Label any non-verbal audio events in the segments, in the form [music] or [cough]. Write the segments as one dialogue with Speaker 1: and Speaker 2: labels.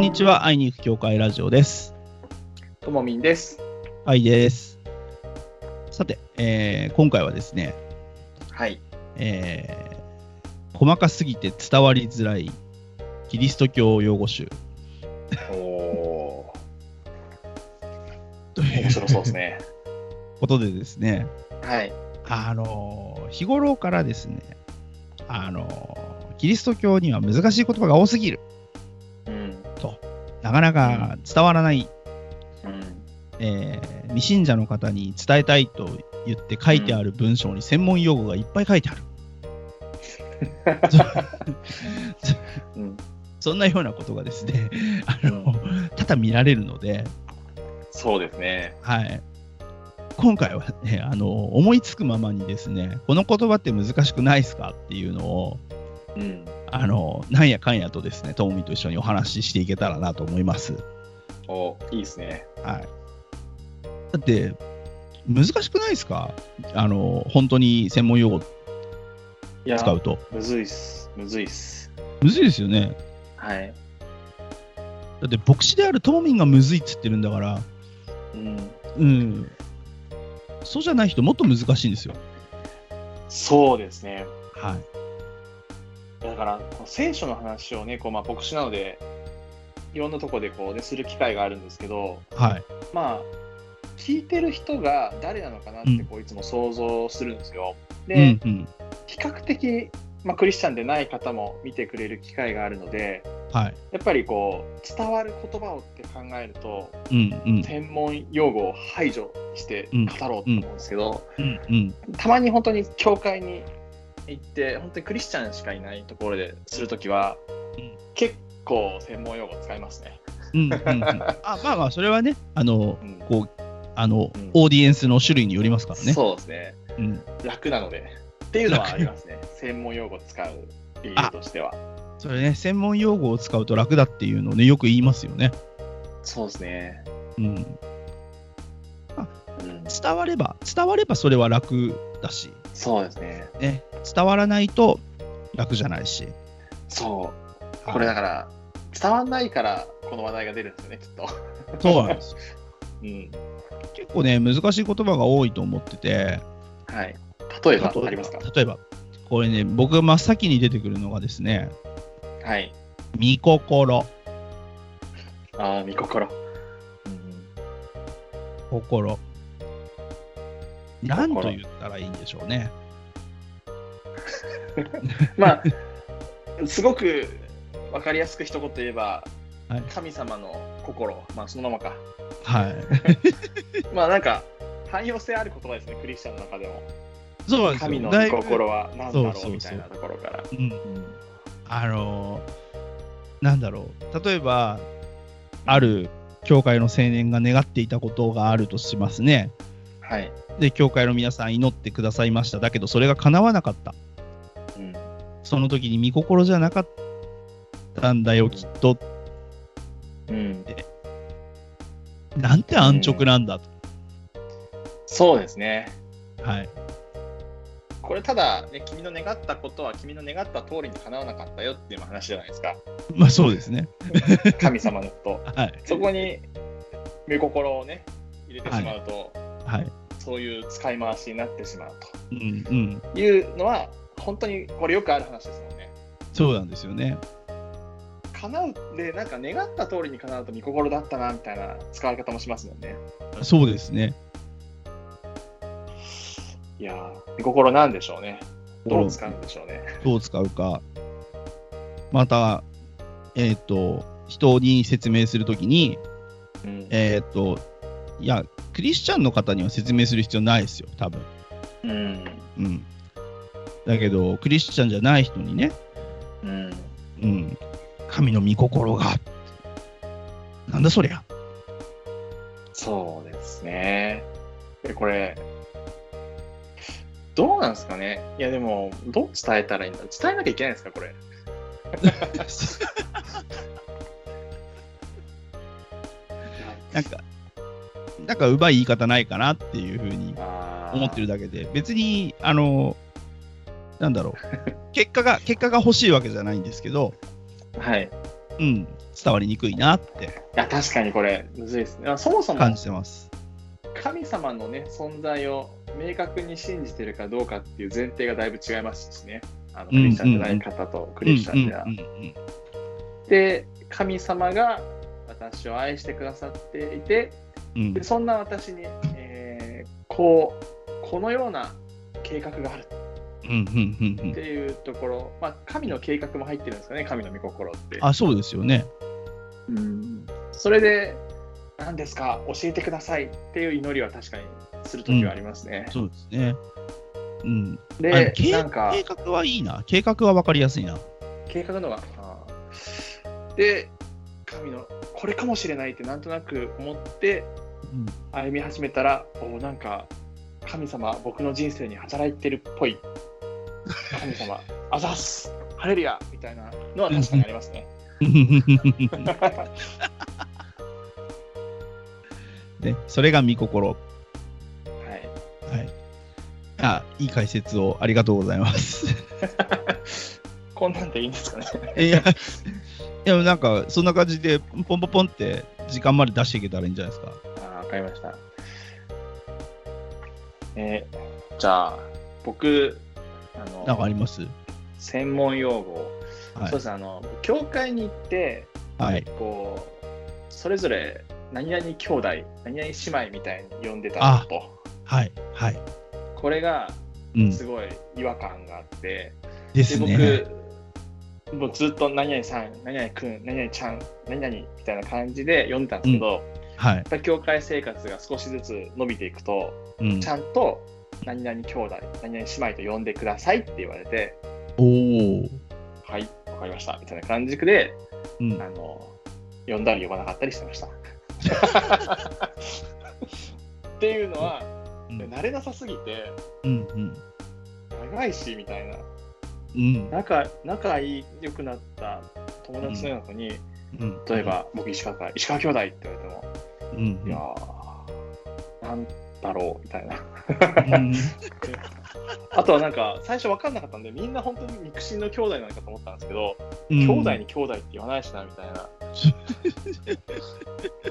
Speaker 1: にちは、会いに行く協会ラジオです。
Speaker 2: ともみんです。
Speaker 1: はいです。さて、えー今回はですね、
Speaker 2: はい。
Speaker 1: えー細かすぎて伝わりづらいキリスト教用語集
Speaker 2: おお
Speaker 1: と
Speaker 2: ー、
Speaker 1: いう
Speaker 2: 面白そうですね。
Speaker 1: ことでですね、
Speaker 2: [laughs] はい。
Speaker 1: あのー日頃からですね、あのーキリスト教には難しい言葉が多すぎる、
Speaker 2: うん。
Speaker 1: なかなか伝わらない、
Speaker 2: うん。
Speaker 1: えー未信者の方に伝えたいと言って書いてある文章に専門用語がいっぱい書い
Speaker 2: [laughs]
Speaker 1: てある。
Speaker 2: うん。
Speaker 1: そんなようなことがですね、あの、多々見られるので、
Speaker 2: そうですね。
Speaker 1: はい。今回はね、あの、思いつくままにですね、この言葉って難しくないですかっていうのを、
Speaker 2: うん。
Speaker 1: あの、なんやかんやとですね、ともみと一緒にお話ししていけたらなと思います。
Speaker 2: おいいですね。
Speaker 1: はい。だって、難しくないですかあの、本当に専門用語
Speaker 2: いや、
Speaker 1: 使うと。
Speaker 2: むずいっす。むずいっす。
Speaker 1: むずいですよね。
Speaker 2: はい。
Speaker 1: だって、牧師であるともみんがむずいっつってるんだから、
Speaker 2: うん。
Speaker 1: うん。そうじゃない人、もっと難しいんですよ。
Speaker 2: そうですね。
Speaker 1: はい。
Speaker 2: だから、こう聖書の話をね、こう、まあ、牧師なので、いろんなとこでこうね、する機会があるんですけど、
Speaker 1: はい。
Speaker 2: まあ、聞いてる人が誰なのかなって、こう、いつも想像するんですよ。で、
Speaker 1: うんうん。
Speaker 2: 比較的、まあ、クリスチャンでない方も見てくれる機会があるので
Speaker 1: はい。
Speaker 2: やっぱりこう伝わる言葉をって考えると
Speaker 1: うんうん。
Speaker 2: 専門用語を排除して
Speaker 1: うん
Speaker 2: 語ろうと思うんですけど、
Speaker 1: うんうん。
Speaker 2: たまに本当に教会に行って本当にクリスチャンしかいないところでするときは、
Speaker 1: うん
Speaker 2: 結構専門用語使いますね。
Speaker 1: うんうんうん、あまあまあ、それはね、あの、
Speaker 2: うん
Speaker 1: こう、あの、
Speaker 2: うん
Speaker 1: オーディエンスの種類によりますからね。
Speaker 2: そうですね
Speaker 1: うん、
Speaker 2: 楽なのでっていうのはありますね専門用語使う理由としては。
Speaker 1: それね、専門用語を使うと楽だっていうのをね、よく言いますよね。
Speaker 2: そうですね、
Speaker 1: うん、
Speaker 2: うん、
Speaker 1: 伝われば、伝わればそれは楽だし、
Speaker 2: そうですね
Speaker 1: ね、伝わらないと楽じゃないし。
Speaker 2: そうこれだから伝わんないからこの話題が出るんですよねきっと。
Speaker 1: そうなんです。
Speaker 2: うん、
Speaker 1: 結構ね、難しい言葉が多いと思ってて、
Speaker 2: はい。例えば
Speaker 1: 例えば
Speaker 2: ありますか。
Speaker 1: 例えばこれね、僕が真っ先に出てくるのがですね、
Speaker 2: はい。
Speaker 1: 見心、
Speaker 2: ああ見心。
Speaker 1: 心。なんと言ったらいいんでしょうね。
Speaker 2: まあすごくわかりやすく一言言えば、
Speaker 1: はい
Speaker 2: 神様の心まあそのままか。
Speaker 1: はい。
Speaker 2: [laughs] まあなんか汎用性ある言葉ですねクリスチャンの中でも。
Speaker 1: そうなんですよ
Speaker 2: 神の
Speaker 1: だ
Speaker 2: 御
Speaker 1: いぶ
Speaker 2: 心は何だ
Speaker 1: そう
Speaker 2: ろ
Speaker 1: そうそう
Speaker 2: うみたいなところから。
Speaker 1: うん、あのーなんだろう例えばある教会の青年が願っていたことがあるとしますね
Speaker 2: はい。
Speaker 1: で教会の皆さん祈ってくださいましただけどそれが叶わなかった
Speaker 2: うん
Speaker 1: その時に御心じゃなかったんだよきっと
Speaker 2: うん、
Speaker 1: なんて安直なんだと、
Speaker 2: そうですね。
Speaker 1: はい
Speaker 2: これただ、ね、君の願ったことは君の願った通りに叶わなかったよっていう話じゃないですか。 [laughs]
Speaker 1: まあそうですね
Speaker 2: 神様のこと。
Speaker 1: はい
Speaker 2: そこに見心をね、入れてしまうと、
Speaker 1: はい
Speaker 2: そういう使い回しになってしまう
Speaker 1: うんうん
Speaker 2: というのは、本当にこれよくある話ですもんね。
Speaker 1: そうなんですよね
Speaker 2: 叶うで、なんか願った通りに叶うと見心だったなみたいな使い方もしますもんね。
Speaker 1: そうですね
Speaker 2: いやー、見心なんでしょうね。どう使うんでしょうね。
Speaker 1: どう使うか、また、えっ、と、人に説明するときに、
Speaker 2: うん
Speaker 1: えっ、と、いや、クリスチャンの方には説明する必要ないですよ、多分。
Speaker 2: うん
Speaker 1: うん。だけど、クリスチャンじゃない人にね、
Speaker 2: うん
Speaker 1: うん、神の御心が、なんだそりゃ。
Speaker 2: そうですね。でこれ、どうなんですかねいや、でも、どう伝えたらいいんだ伝えなきゃいけないんです
Speaker 1: [laughs]
Speaker 2: か、これ。
Speaker 1: なんか、なんかうまい言い方ないかなっていうふうに思
Speaker 2: 思
Speaker 1: ってるだけで、別に、あの、
Speaker 2: [laughs]
Speaker 1: なんだろう、結果が、結果が欲しいわけじゃないんですけど、
Speaker 2: はい。
Speaker 1: うん、伝わりにくいなって
Speaker 2: や、確かにこれ、むずいですね。あそもそも
Speaker 1: 感じてます。
Speaker 2: 神様のね、存在を明確に信じてるかどうかっていう前提がだいぶ違いますしね。あのクリスチャンじゃない方とクリスチャンでは
Speaker 1: う。んうんうんうん
Speaker 2: で、神様が私を愛してくださっていて、
Speaker 1: うん
Speaker 2: でそんな私に、えーこう、このような計画がある
Speaker 1: うんうんうんう
Speaker 2: っ
Speaker 1: ん
Speaker 2: ていうところ、まあ、神の計画も入ってるんですかね、神の御心って。
Speaker 1: あそうですよね。
Speaker 2: うんそれで、何ですか、教えてくださいっていう祈りは確かにするときはありますね。
Speaker 1: そうですね。うん、あの
Speaker 2: で、
Speaker 1: 計
Speaker 2: なんか、
Speaker 1: 計画はいいな。計画は分かりやすいな。
Speaker 2: 計画のが、あーで、神のこれかもしれないってなんとなく思って
Speaker 1: うん
Speaker 2: 歩み始めたら、おなんか、神様、僕の人生に働いてるっぽい。神 [laughs] 様、あざっす、ハレルヤみたいなのは確かにありますね。
Speaker 1: [laughs]
Speaker 2: [laughs]
Speaker 1: ね、それが見心。は
Speaker 2: はい
Speaker 1: い。あ、いい解説をありがとうございます。
Speaker 2: こんなん [laughs] でいいんですかね。
Speaker 1: [laughs] いや、いやなんか、そんな感じで、ポンポンポンって時間まで出していけたらいいんじゃないですか。
Speaker 2: [laughs] あーわかりました。えーじゃあ、僕、あの、
Speaker 1: なんかあります
Speaker 2: 専門用語、
Speaker 1: は
Speaker 2: そうですね、あの、教会に行って、
Speaker 1: い。はい。
Speaker 2: こう、それぞれ、何々兄弟、何々姉妹みたいに呼んでた
Speaker 1: あ
Speaker 2: のと、
Speaker 1: はい。はい。
Speaker 2: これが
Speaker 1: うん。
Speaker 2: すごい違和感があって、
Speaker 1: ですね。
Speaker 2: で、僕、もうずっと何々さん、何々くん、何々ちゃん、何々みたいな感じで呼んでたんですけど、やっ
Speaker 1: はい。
Speaker 2: ぱ教会生活が少しずつ伸びていくと、
Speaker 1: うん
Speaker 2: ち。ゃんと何々兄弟、何々姉妹と呼んでくださいって言われて、
Speaker 1: おお。
Speaker 2: はい、わかりました、みたいな感じで、
Speaker 1: うん
Speaker 2: あ。の、呼んだり呼ばなかったりして
Speaker 1: [laughs]
Speaker 2: ました。っていうのは、
Speaker 1: うん
Speaker 2: 慣れなさすぎて、
Speaker 1: うん。うん
Speaker 2: 長いし、みたいな、
Speaker 1: うん。
Speaker 2: 仲、仲良くなった友達のような子に、
Speaker 1: うん
Speaker 2: 例え。ば、僕、石川から、石川兄弟って言われても、
Speaker 1: うん。うん
Speaker 2: いやー、なんだろう、みたいな。 [laughs]
Speaker 1: うん
Speaker 2: あとはなんか、最初分かんなかったんで、みんな本当に肉親の兄弟なのかと思ったんですけど、 [laughs] 兄弟に兄弟って言わないしなみたい
Speaker 1: [laughs]
Speaker 2: な。っ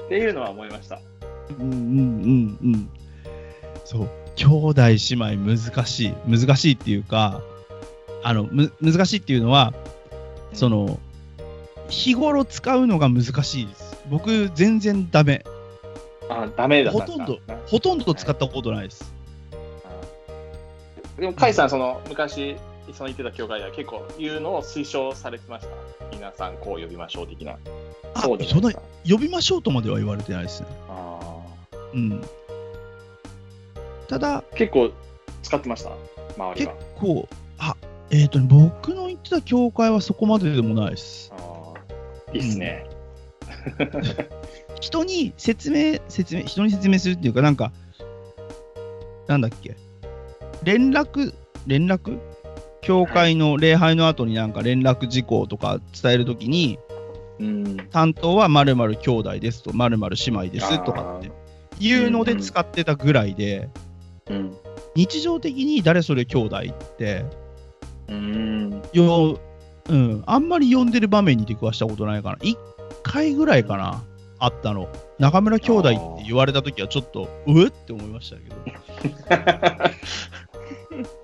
Speaker 2: ていうのは思いました。
Speaker 1: うんうんうんうんそう兄弟姉妹難しい難しいっていうかあのむ難しいっていうのはその日頃使うのが難しいです僕全然ダメ
Speaker 2: あ、ダメだったんですか
Speaker 1: ほとんほとんど使ったことないです
Speaker 2: うんでも、甲斐さん、その昔、その言ってた教会では結構言うのを推奨されてました。皆さん、こう呼びましょう的な。
Speaker 1: あ
Speaker 2: そうで
Speaker 1: そ
Speaker 2: す
Speaker 1: の
Speaker 2: か。
Speaker 1: 呼びましょうとまでは言われてないですね
Speaker 2: あ
Speaker 1: うんただ
Speaker 2: ー結構使ってました、周り
Speaker 1: 結
Speaker 2: が。
Speaker 1: 構あえっ、とね僕の行ってた教会はそこまででもないです
Speaker 2: あーいいっすね。
Speaker 1: 人に説明、説明、人に説明するっていうか、なんか、なんだっけ、連絡、連絡教会の礼拝の後になんか連絡事項とか伝えるときに、
Speaker 2: うん。
Speaker 1: 担当は〇〇兄弟ですと、〇〇姉妹ですとかっていうので使ってたぐらいで、
Speaker 2: うん。
Speaker 1: 日常的に誰それ兄弟って、
Speaker 2: うん。
Speaker 1: ようん、あんまり呼んでる場面に出くわしたことないから、1回ぐらいかな、あったの。中村兄弟って言われたときは、ちょっと、うえって思いましたけど。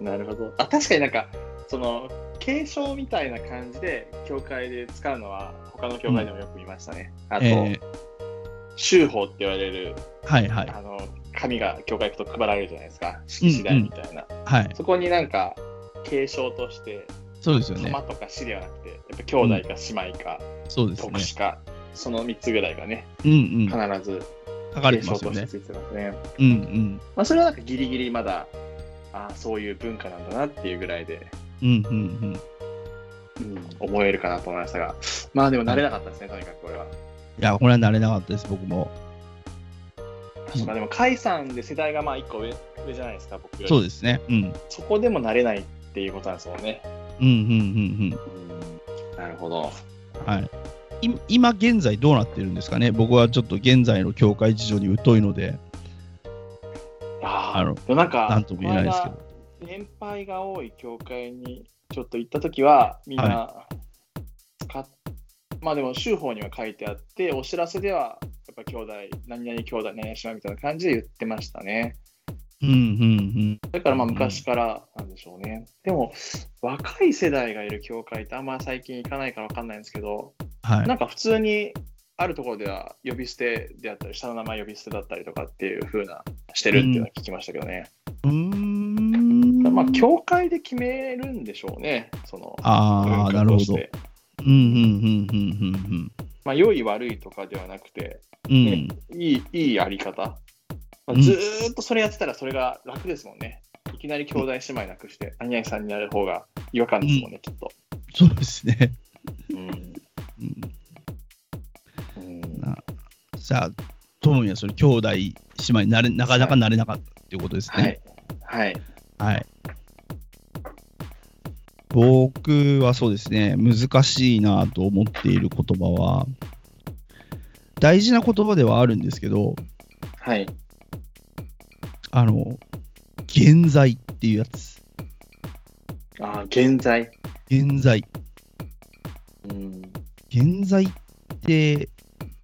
Speaker 2: なるほど。あ確かになんかその継承みたいな感じで教会で使うのは他の教会でもよく見ましたね。あと、
Speaker 1: え
Speaker 2: 修法って言われる
Speaker 1: ーはいはい
Speaker 2: あの紙が教会行くと配られるじゃないですか式次第みたいな、
Speaker 1: はい
Speaker 2: そこになんか継承として
Speaker 1: そうですよね
Speaker 2: 玉とか死ではなくてやっぱ兄弟か姉妹か
Speaker 1: そうですね
Speaker 2: 特子か、その3つぐらいがね
Speaker 1: うん
Speaker 2: 必ず
Speaker 1: うん書かれ
Speaker 2: 継
Speaker 1: てま
Speaker 2: 承
Speaker 1: すよ
Speaker 2: として
Speaker 1: ね
Speaker 2: ついてますね。
Speaker 1: うんうん
Speaker 2: まあ、それはなんかギリギリまだあーそういう文化なんだなっていうぐらいで。
Speaker 1: うんうんうん
Speaker 2: うん思えるかなと思いましたが、まあでも慣れなかったですね、とにかくこれは。
Speaker 1: いやこれは慣れなかったです僕も
Speaker 2: 確かでも、甲斐さんで世代がまあ1個上上じゃないですか、僕より
Speaker 1: そうですねうん
Speaker 2: そこでも慣れないっていうことなんですもんね。
Speaker 1: うんうん
Speaker 2: なるほど。
Speaker 1: うんうんはいい今現在どうなってるんですかね僕はちょっと現在の教会事情に疎いのであ
Speaker 2: あ
Speaker 1: の
Speaker 2: でもなんか、
Speaker 1: なんとも言えないですけど
Speaker 2: この間年配が多い教会にちょっと行ったときは、みんな使っまあでも、修法には書いてあって、お知らせでは、やっぱ兄弟、何々兄弟、何々島みたいな感じで言ってましたね。
Speaker 1: うんうん
Speaker 2: だからまあ
Speaker 1: うんうん
Speaker 2: 昔からなんでしょうね。でも、若い世代がいる教会ってあんま最近行かないから分かんないんですけど、
Speaker 1: うん。はい。
Speaker 2: なんか普通にあるところでは呼び捨てであったり、下の名前呼び捨てだったりとかっていう風な、してるっていうのは聞きましたけどね。
Speaker 1: うーん。
Speaker 2: まあ、教会で決めるんでしょうね。その
Speaker 1: ああ、な
Speaker 2: 文
Speaker 1: る
Speaker 2: 化
Speaker 1: ほ
Speaker 2: とし
Speaker 1: ど。
Speaker 2: て
Speaker 1: うんうんうんうんうん
Speaker 2: まあ、良い悪いとかではなくて、
Speaker 1: うん。うん。
Speaker 2: いい、いいやり方。ま
Speaker 1: う
Speaker 2: あ、
Speaker 1: ん
Speaker 2: ずーっとそれやってたらそれが楽ですもんね。いきなり兄弟姉妹なくして、アニさんになる方が違和感ですもんね、きっと。
Speaker 1: そうですね。
Speaker 2: うん
Speaker 1: うん
Speaker 2: うん
Speaker 1: なさあ、トモミはそれ兄弟姉妹になれなかなかなれなかったっていうことです
Speaker 2: は
Speaker 1: ね。
Speaker 2: い。はい。
Speaker 1: はい。僕はそうですね、難しいなと思っている言葉は、大事な言葉ではあるんですけど、
Speaker 2: はい。
Speaker 1: あの、現在っていうやつ。
Speaker 2: ああ、現在。
Speaker 1: 現在。
Speaker 2: うん。
Speaker 1: 現在って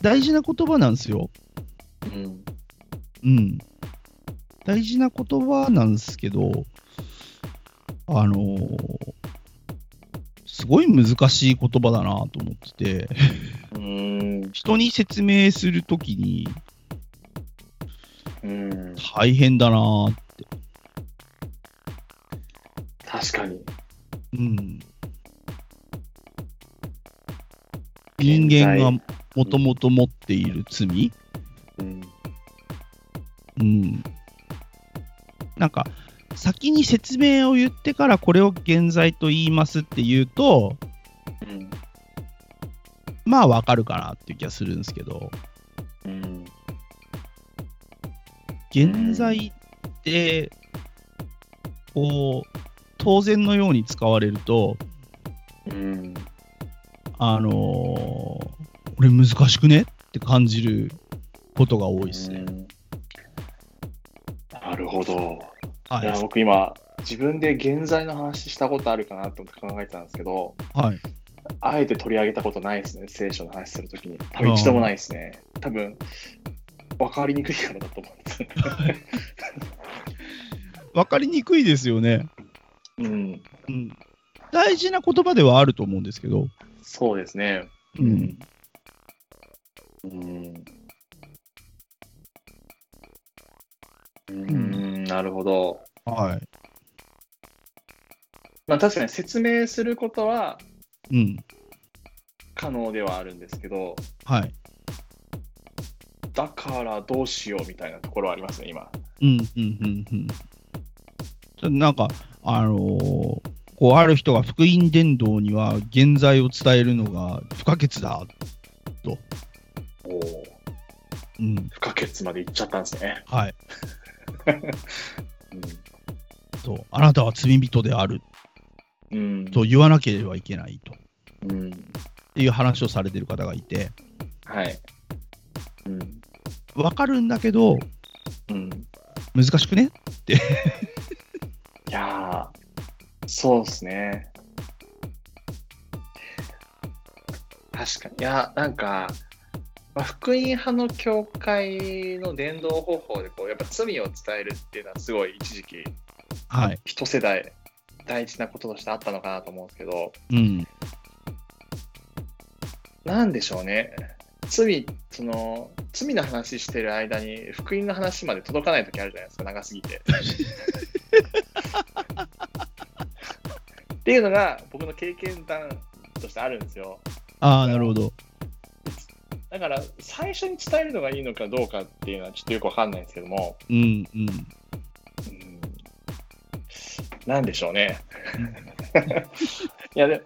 Speaker 1: 大事な言葉なんですよ。
Speaker 2: うん。
Speaker 1: うん、大事な言葉なんですけど、あのーすごい難しい言葉だなと思ってて、
Speaker 2: うん。
Speaker 1: 人に説明するときに
Speaker 2: うん。
Speaker 1: 大変だな、
Speaker 2: 確かに。
Speaker 1: うん、人間が
Speaker 2: 現
Speaker 1: もともと持っている罪、
Speaker 2: 在。うん。
Speaker 1: うん、なんか先に説明を言ってからこれを現在と言いますって言うと、
Speaker 2: うん
Speaker 1: まあわかるかなっていう気がするんですけど、
Speaker 2: うん。
Speaker 1: 現在って、こう、当然のように使われると、
Speaker 2: うん。
Speaker 1: あのーこれ難しくねって感じることが多いですね。
Speaker 2: うんなるほど。
Speaker 1: はい
Speaker 2: や
Speaker 1: い。
Speaker 2: 僕今自分で現在の話したことあるかなと思って考えてたんですけど
Speaker 1: はい。
Speaker 2: あえて取り上げたことないですね聖書の話するときに多分一度もないですね多分分かりにくいからだと思うんですよ [laughs] ね
Speaker 1: わかりにくいですよね。
Speaker 2: うん
Speaker 1: うん。大事な言葉ではあると思うんですけど、
Speaker 2: そうですね
Speaker 1: う
Speaker 2: うんん、うんうんなるほど
Speaker 1: は。
Speaker 2: まあ確かに説明することはい
Speaker 1: うん。
Speaker 2: 可能ではあるんですけど
Speaker 1: はい。
Speaker 2: だからどうしようみたいなところはありますね今
Speaker 1: うん、うん、うん、うんちょ。なんか、あのーこう、ある人が福音伝道には、現在を伝えるのが不可欠だ。
Speaker 2: おお
Speaker 1: うん。
Speaker 2: 不可欠まで行っちゃったんですね。
Speaker 1: はい。そう。あなたは罪人である
Speaker 2: うん。
Speaker 1: と言わなければいけないと。っ
Speaker 2: うん。
Speaker 1: ていう話をされてる方がいて、
Speaker 2: はい。うん。
Speaker 1: わかるんだけど、
Speaker 2: うん。
Speaker 1: 難しくね
Speaker 2: いやー、そうですね。確かに。いや、なんか、まあ、福音派の教会の伝道方法でこう、やっぱ罪を伝えるっていうのは、すごい一時期、
Speaker 1: はい。
Speaker 2: 一世代、大事なこととしてあったのかなと思うんですけど、
Speaker 1: うん。
Speaker 2: なんでしょうね。罪、その、罪の話してる間に、福音の話まで届かない時あるじゃないですか、長すぎて。 [laughs] っていうのが、僕の経験談としてあるんですよ。
Speaker 1: ああ、なるほど。
Speaker 2: だから、最初に伝えるのがいいのかどうかっていうのは、ちょっとよくわかんないんですけども、
Speaker 1: うん、うん。
Speaker 2: うんなんでしょうね。 [laughs] いや、でも、い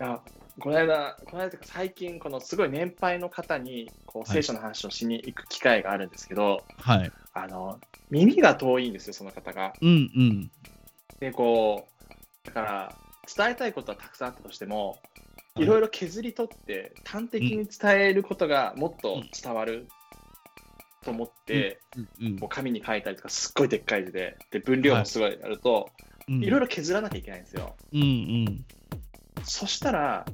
Speaker 2: やこの間、この間というか最近、このすごい年配の方に、こう、
Speaker 1: はい
Speaker 2: 聖書の話をしに行く機会があるんですけど、
Speaker 1: はい。
Speaker 2: あの、耳が遠いんですよ、その方が。
Speaker 1: うん、うん。
Speaker 2: で、こう、だから、伝えたいことはたくさんあったとしても、
Speaker 1: はい
Speaker 2: いろいろ削り取って、端的に伝えることがもっと伝わると思って、
Speaker 1: うん
Speaker 2: もう紙に書いたりとか、すっごいでっかい字で、で、分量もすごいあると、
Speaker 1: うん。
Speaker 2: いろ
Speaker 1: ろ。
Speaker 2: いろ削らなきゃいけないんですよ。
Speaker 1: うん、うん。
Speaker 2: そしたら、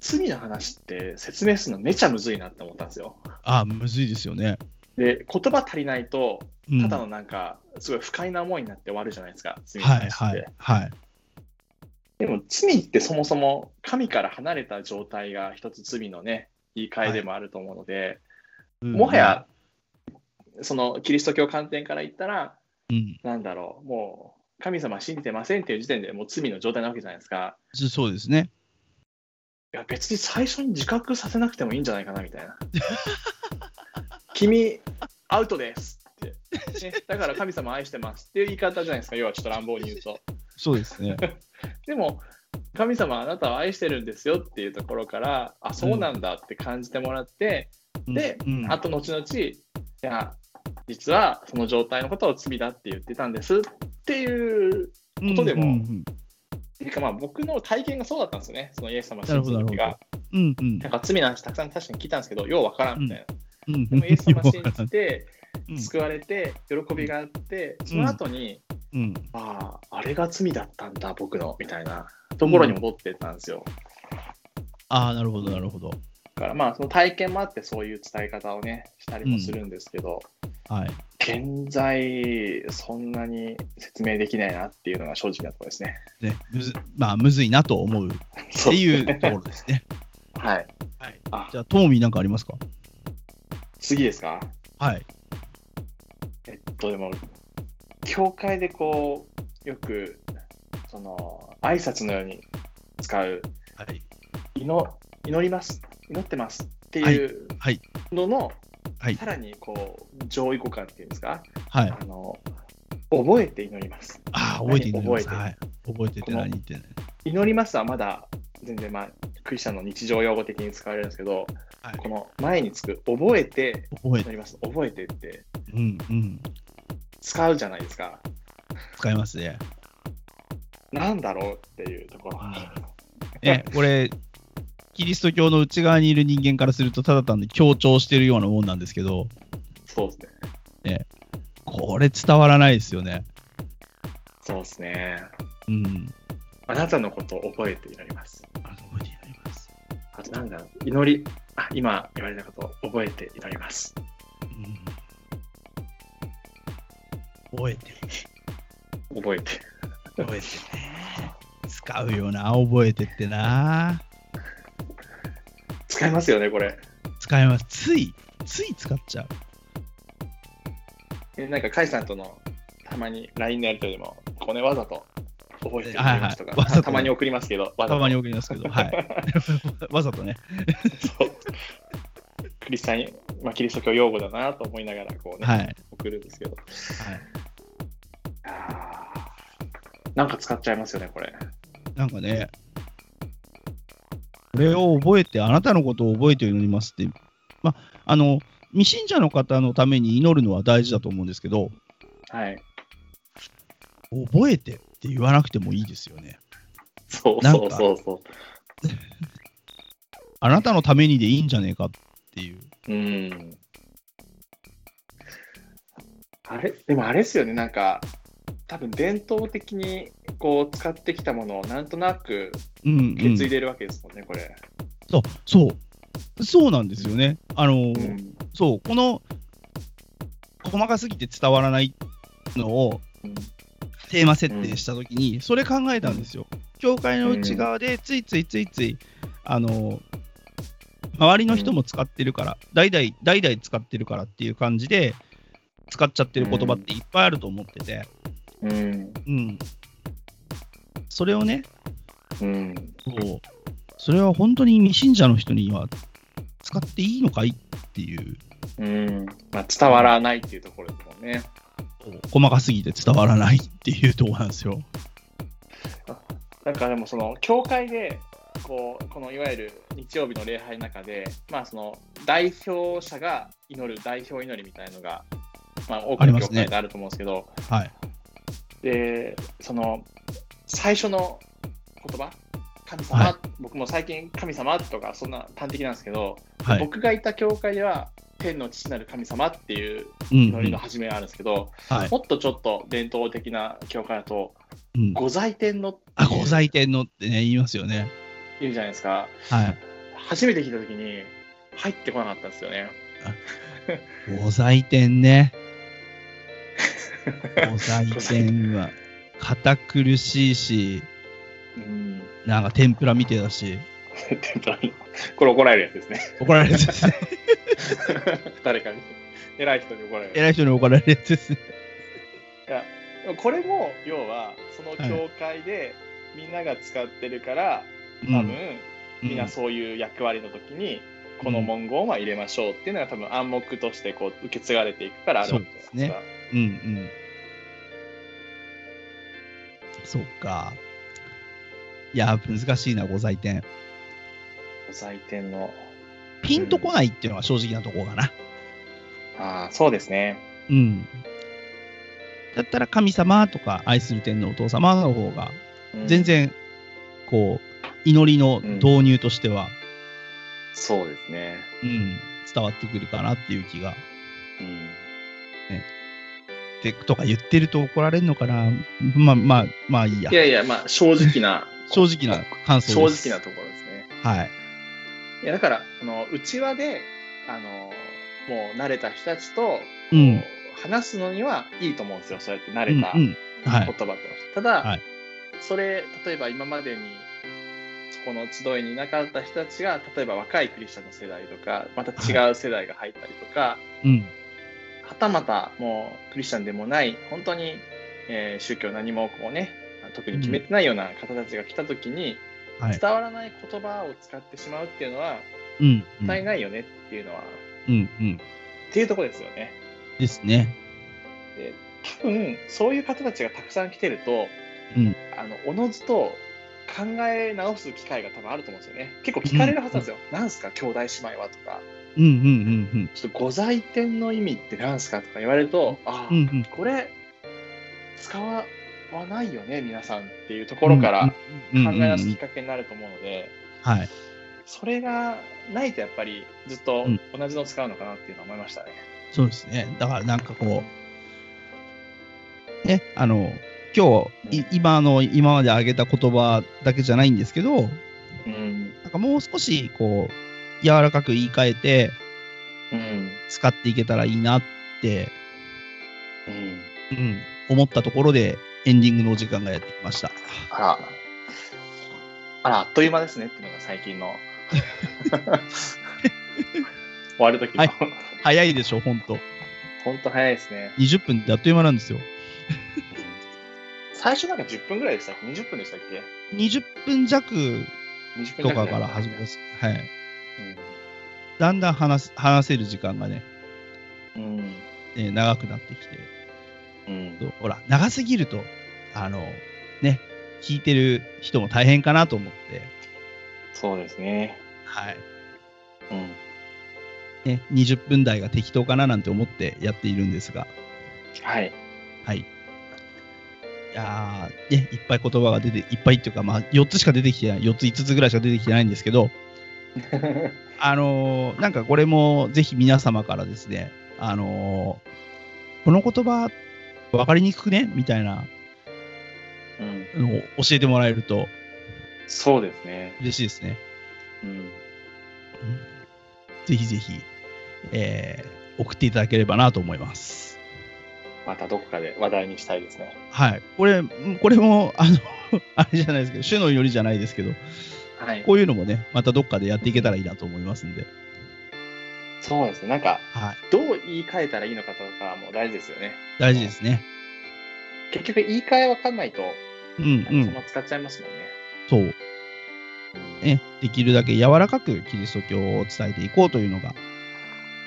Speaker 2: 罪の話って説明するのめちゃむずいなって思ったんですよ。
Speaker 1: あむずいですよね。
Speaker 2: で、言葉足りないと、
Speaker 1: うん
Speaker 2: ただのなんか、すごい不快な思いになって終わるじゃないですか、罪の
Speaker 1: はい
Speaker 2: 話っ
Speaker 1: は
Speaker 2: て。
Speaker 1: いはい。
Speaker 2: でも、罪ってそもそも神から離れた状態が一つ罪のね、言い換えでもあると思うので、
Speaker 1: うん
Speaker 2: もはや、そのキリスト教観点から言ったら、
Speaker 1: うん、
Speaker 2: なんだろう、もう神様信じてませんっていう時点でもう罪の状態なわけじゃないですか。
Speaker 1: そそうですね。
Speaker 2: いや、別に最初に自覚させなくてもいいんじゃないかなみたいな。 [laughs] 君、アウトですって、ね。だから神様愛してますっていう言い方じゃないですか、要はちょっと乱暴に言うと。
Speaker 1: そうですね。
Speaker 2: でも、神様あなたを愛してるんですよっていうところから、あ、そうなんだって感じてもらって、で
Speaker 1: うんうん
Speaker 2: あと後々、いや、実はその状態のことを罪だって言ってたんですっていうことでも
Speaker 1: うんうん
Speaker 2: っていうかまあ僕の体験がそうだったんですよね、そのイエス様信じた時
Speaker 1: なる
Speaker 2: が。
Speaker 1: うんうん
Speaker 2: なんか罪の話たくさん確かに聞いたんですけど、ようわからんみたいな。
Speaker 1: うんうん
Speaker 2: でもイエス様信じ
Speaker 1: う
Speaker 2: て、
Speaker 1: ん
Speaker 2: 救われて、喜びがあって、その後に、
Speaker 1: うん
Speaker 2: ああ、あれが罪だったんだ、僕の、みたいなところに戻ってったんですよ。だ
Speaker 1: ああ、なるほど、なるほど。
Speaker 2: からまあ、その体験もあって、そういう伝え方をね、したりもするんですけど、
Speaker 1: はい。
Speaker 2: 現在、そんなに説明できないなっていうのが正直なところですね。
Speaker 1: ね、むずまあ、むずいなと思うっ
Speaker 2: そ
Speaker 1: て
Speaker 2: う。
Speaker 1: いうところですね。
Speaker 2: はい。
Speaker 1: はい、
Speaker 2: あ
Speaker 1: じ、ゃあ、トモミーなんかありますか
Speaker 2: 次ですか
Speaker 1: はい。
Speaker 2: えっと、でも、教会でこう、よく、その、挨拶のように使う、
Speaker 1: はい。
Speaker 2: 祈祈ります、祈ってますっていう
Speaker 1: はいはい
Speaker 2: のの、
Speaker 1: はい
Speaker 2: さらにこう、上位互換っていうんですか、
Speaker 1: はい。
Speaker 2: あの、覚えて祈ります。
Speaker 1: ああ、覚えていない
Speaker 2: 覚えて
Speaker 1: はい。覚えてて
Speaker 2: この
Speaker 1: 何言ってね。
Speaker 2: 祈りますはまだ、全然、まあ、クリスチャンの日常用語的に使われるんですけど、
Speaker 1: はい。
Speaker 2: この前につく、覚えて
Speaker 1: 覚え
Speaker 2: 祈
Speaker 1: て、
Speaker 2: ります、覚えてって
Speaker 1: うんうん。
Speaker 2: 使うじゃないですか。
Speaker 1: 使いますね。
Speaker 2: [laughs] なんだろうっていうところ。
Speaker 1: ね、これ、キリスト教の内側にいる人間からすると、ただ単に強調してるようなもんなんですけど、
Speaker 2: そうですね。
Speaker 1: これ伝わらないですよね。
Speaker 2: そうですね。
Speaker 1: うん。
Speaker 2: あなたのことを覚えて祈ります。
Speaker 1: あそこにあります。
Speaker 2: あと、なんだろう、祈り、あ、今言われたことを覚えて祈ります。
Speaker 1: うん。覚えて、
Speaker 2: 覚えて。 [laughs]
Speaker 1: 覚えてね。使うよな、覚えてってな。
Speaker 2: 使いますよね、これ。
Speaker 1: 使います。つい、つい使っちゃう。
Speaker 2: えなんか、カイさんとの、たまに LINE のやりとりでも、これわざと覚えて祈りますとか、
Speaker 1: はいはいわざと
Speaker 2: たたまに送りますけど、わざ
Speaker 1: た
Speaker 2: と
Speaker 1: まに送りますけど、
Speaker 2: [laughs]
Speaker 1: はい。わざとね。
Speaker 2: そうクリスチャンに、まあ、キリスト教用語だなと思いながら、こうね、
Speaker 1: はい。はい。
Speaker 2: 送るんですけど。あーなんか使っちゃいますよね、これ。
Speaker 1: なんかね、これを覚えて、あなたのことを覚えて祈りますって、まあ、あの、未信者の方のために祈るのは大事だと思うんですけど、
Speaker 2: はい。
Speaker 1: 覚えてって言わなくてもいいですよね。
Speaker 2: そう
Speaker 1: なん
Speaker 2: そ
Speaker 1: か
Speaker 2: うそうそ
Speaker 1: あなたのためにでいいんじゃねえかっていう。
Speaker 2: う。うん。あれでもあれですよね、なんか、多分伝統的にこう使ってきたものをなんとなく
Speaker 1: うん、
Speaker 2: 受け継いでるわけですもんね、これ。
Speaker 1: そう、そう。そうなんですよね。あの、
Speaker 2: うん
Speaker 1: そう、この、細かすぎて伝わらないのを、テーマ設定したときに、それ考えたんですよ。教会の内側でついついついつい、あの周りの人も使ってるから、代々代々使ってるからっていう感じで使っちゃってる言葉っていっぱいあると思ってて、
Speaker 2: うん。
Speaker 1: うん、それをね
Speaker 2: うん。
Speaker 1: こうそれは本当に未信者の人には使っていいのかいっていう
Speaker 2: うん。まあ、伝わらないっていうところですもんね。
Speaker 1: 細かすぎて伝わらないっていうところなんですよ。
Speaker 2: なんかでもその教会でこうこのいわゆる日曜日の礼拝の中で、まあ、その代表者が祈る代表祈りみたいのが、まあ、多く
Speaker 1: あり
Speaker 2: の
Speaker 1: ま
Speaker 2: 教
Speaker 1: すね
Speaker 2: 会であると思うんですけど
Speaker 1: はい、
Speaker 2: でその最初の言葉神様、
Speaker 1: はい
Speaker 2: 僕も最近神様とかそんな端的なんですけど、
Speaker 1: はい、
Speaker 2: 僕がいた教会では天の父なる神様っていう
Speaker 1: うん
Speaker 2: 祈りの始めがあるんですけど、
Speaker 1: はい
Speaker 2: もっとちょっと伝統的な教会だと
Speaker 1: うん、
Speaker 2: 御在天のって
Speaker 1: あ、ご在天のってね、言いますよね。
Speaker 2: いうじゃないですか。
Speaker 1: はい。
Speaker 2: 初めて聞いた時に入ってこなかったんですよね。
Speaker 1: お祭典
Speaker 2: [laughs]
Speaker 1: ね。お祭典は、堅苦しいし、
Speaker 2: うん。
Speaker 1: なんか天ぷらみてえだし、
Speaker 2: こ [laughs] れ怒られるやつですね。 [laughs]
Speaker 1: 怒られるやつですね。
Speaker 2: 誰かに。偉い人に怒られる。
Speaker 1: [laughs] 偉い人に怒られるやつですね。
Speaker 2: いやでもこれも要はその教会でみんなが使ってるから、
Speaker 1: うん
Speaker 2: 多分、みん
Speaker 1: う
Speaker 2: なんそういう役割の時にこの文言は入れましょうっていうのが多分暗黙としてこう受け継がれていくからあるわけです
Speaker 1: そうですねうんうん。そっか。いや、難しいな、ご祭典。
Speaker 2: 祭典の
Speaker 1: ピンとこないっていうのが正直なところかな。
Speaker 2: ああそうですね
Speaker 1: うん。だったら神様とか愛する天皇お父様の方が、
Speaker 2: うん
Speaker 1: 全然、こう、祈りの導入としては、
Speaker 2: そうですね
Speaker 1: うん、伝わってくるかなっていう気が。
Speaker 2: うん
Speaker 1: でとか言ってると怒られるのかな。まあまあ、まあいいや
Speaker 2: い。やいやまあ正直な
Speaker 1: 正直な感想
Speaker 2: 正
Speaker 1: です。
Speaker 2: 直なところですね
Speaker 1: な。はい。
Speaker 2: いやだからあの内輪であのもう慣れた人たちと
Speaker 1: うん。
Speaker 2: 話すのにはいいと思うんですよそうやって慣
Speaker 1: う
Speaker 2: れ
Speaker 1: ん
Speaker 2: た、
Speaker 1: うん。は
Speaker 2: 言葉
Speaker 1: い。
Speaker 2: として、ただ、
Speaker 1: はい
Speaker 2: それ例えば今までにそこの集いにいなかった人たちが例えば若いクリスチャンの世代とかまた違う世代が入ったりとか、は
Speaker 1: うん。
Speaker 2: たまたもうクリスチャンでもない本当に、えー宗教何もこうね特に決めてないような方たちが来た時に、
Speaker 1: はい。
Speaker 2: 伝わらない言葉を使ってしまうっていうのは
Speaker 1: うん。う
Speaker 2: もっ
Speaker 1: ん
Speaker 2: たいないよねっていうのは、
Speaker 1: うんうん。
Speaker 2: っていうところですよね。
Speaker 1: ですね。
Speaker 2: で多分そういう方たちがたくさん来てると、
Speaker 1: うん
Speaker 2: あのおのずと考え直す機会が多分あると思うんですよね結構聞かれるはずなんですよ、なんすか兄弟姉妹はとか
Speaker 1: うんうん
Speaker 2: ちょっと御在典の意味ってなんすかとか言われると、ああ、
Speaker 1: うんうん。うんうん。
Speaker 2: これ使わないよね皆さんっていうところから考
Speaker 1: うんうんうん
Speaker 2: え
Speaker 1: うん
Speaker 2: 直すきっかけになると思うので、
Speaker 1: はい。
Speaker 2: それがないとやっぱりずっと
Speaker 1: うん
Speaker 2: 同じのを使うのかなっていうのは思いましたね。
Speaker 1: そうですね。だからなんかこう、ね、あの、今日、い今の、今まで挙げた言葉だけじゃないんですけど、
Speaker 2: うん、
Speaker 1: なんかもう少し、こう、柔らかく言い換えて、
Speaker 2: うん、
Speaker 1: 使っていけたらいいなって、
Speaker 2: うん
Speaker 1: うん、思ったところで、エンディングのお時間がやってきました。
Speaker 2: あら、あら、あっという間ですねっていうのが最近
Speaker 1: [laughs]
Speaker 2: の。終わるときの。
Speaker 1: はい早いでしょ、ほんと。
Speaker 2: ほんと早いですね。
Speaker 1: 20分ってあっという間なんですよ。
Speaker 2: 最初なんか10分ぐらいでしたっけ ?20 分でしたっけ
Speaker 1: 20分弱
Speaker 2: ?20 分
Speaker 1: とかから始めます。はい。
Speaker 2: う
Speaker 1: だんだん話す話せる時間がね、
Speaker 2: ん。うん。
Speaker 1: えー長くなってきて、
Speaker 2: うん。
Speaker 1: とほら、長すぎると、あの、ね、聞いてる人も大変かなと思って、
Speaker 2: そうですね。
Speaker 1: はい。
Speaker 2: うん。
Speaker 1: ね、20分台が適当かななんて思ってやっているんですが、 [laughs]
Speaker 2: はい。
Speaker 1: はい。いやー、ね、いっぱい言葉が出て、いっぱいっていうか、まあ、4つしか出てきてない、4つ、5つぐらいしか出てきてないんですけど、あのーなんかこれもぜひ皆様からですね、あのーこの言葉、わかりにくくねみたいな
Speaker 2: うん。
Speaker 1: のを教えてもらえると
Speaker 2: そうですね。
Speaker 1: 嬉しいですね。
Speaker 2: うん。
Speaker 1: ぜひぜひ、えー送っていただければなと思います。
Speaker 2: またどこかで話題にしたいですね。
Speaker 1: はい。これ、これも、あの、 [laughs] あれじゃないですけど、主の祈りじゃないですけど、
Speaker 2: はい。
Speaker 1: こういうのもね、またどっかでやっていけたらいいなと思いますんで、
Speaker 2: そうですね。なんか、
Speaker 1: はい。
Speaker 2: どう言い換えたらいいのかとかも大事ですよね。
Speaker 1: 大事ですね。
Speaker 2: 結局言い換えわかんないと、
Speaker 1: うん
Speaker 2: な
Speaker 1: うん
Speaker 2: かその
Speaker 1: ん。
Speaker 2: 使っちゃいますもんね。
Speaker 1: そう。ね、できるだけ柔らかくキリスト教を伝えていこうというのが、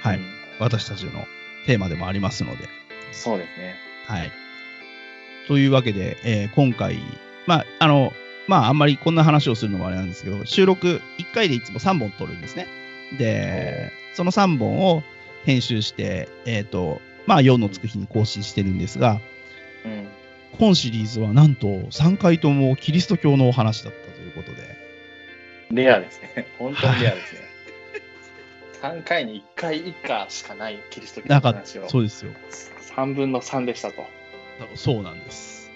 Speaker 1: はい、
Speaker 2: うん
Speaker 1: 私たちのテーマでもありますので、
Speaker 2: そうですね。
Speaker 1: はい。というわけで、えー今回、まあ、あの、まあ、あんまりこんな話をするのもあれなんですけど、収録1回でいつも3本撮るんですね。で、その3本を編集して、えっ、と、まあ、4のつく日に更新してるんですが、
Speaker 2: うん。
Speaker 1: 今シリーズはなんと3回ともキリスト教のお話だったということで、
Speaker 2: レアですね。 [laughs] 本当にレアですね。3回に1回以下しかないキリスト教の
Speaker 1: なかっ
Speaker 2: 話を
Speaker 1: た、そうですよ。
Speaker 2: 3分の3でしたと。
Speaker 1: そうなんです。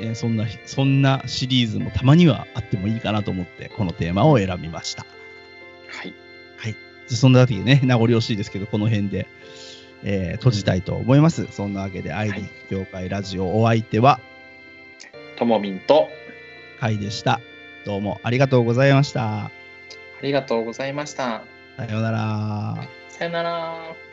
Speaker 1: えーそんなひ、そんなシリーズもたまにはあってもいいかなと思って、このテーマを選びました。
Speaker 2: はい。
Speaker 1: そんなわけでね、名残惜しいですけど、この辺で、えー閉じたいと思います。そんなわけで、アイリック協会ラジオお相手は、
Speaker 2: ともみんと、
Speaker 1: カイでした。どうもありがとうございました。
Speaker 2: ありがとうございました。
Speaker 1: さようなら。
Speaker 2: さよなら。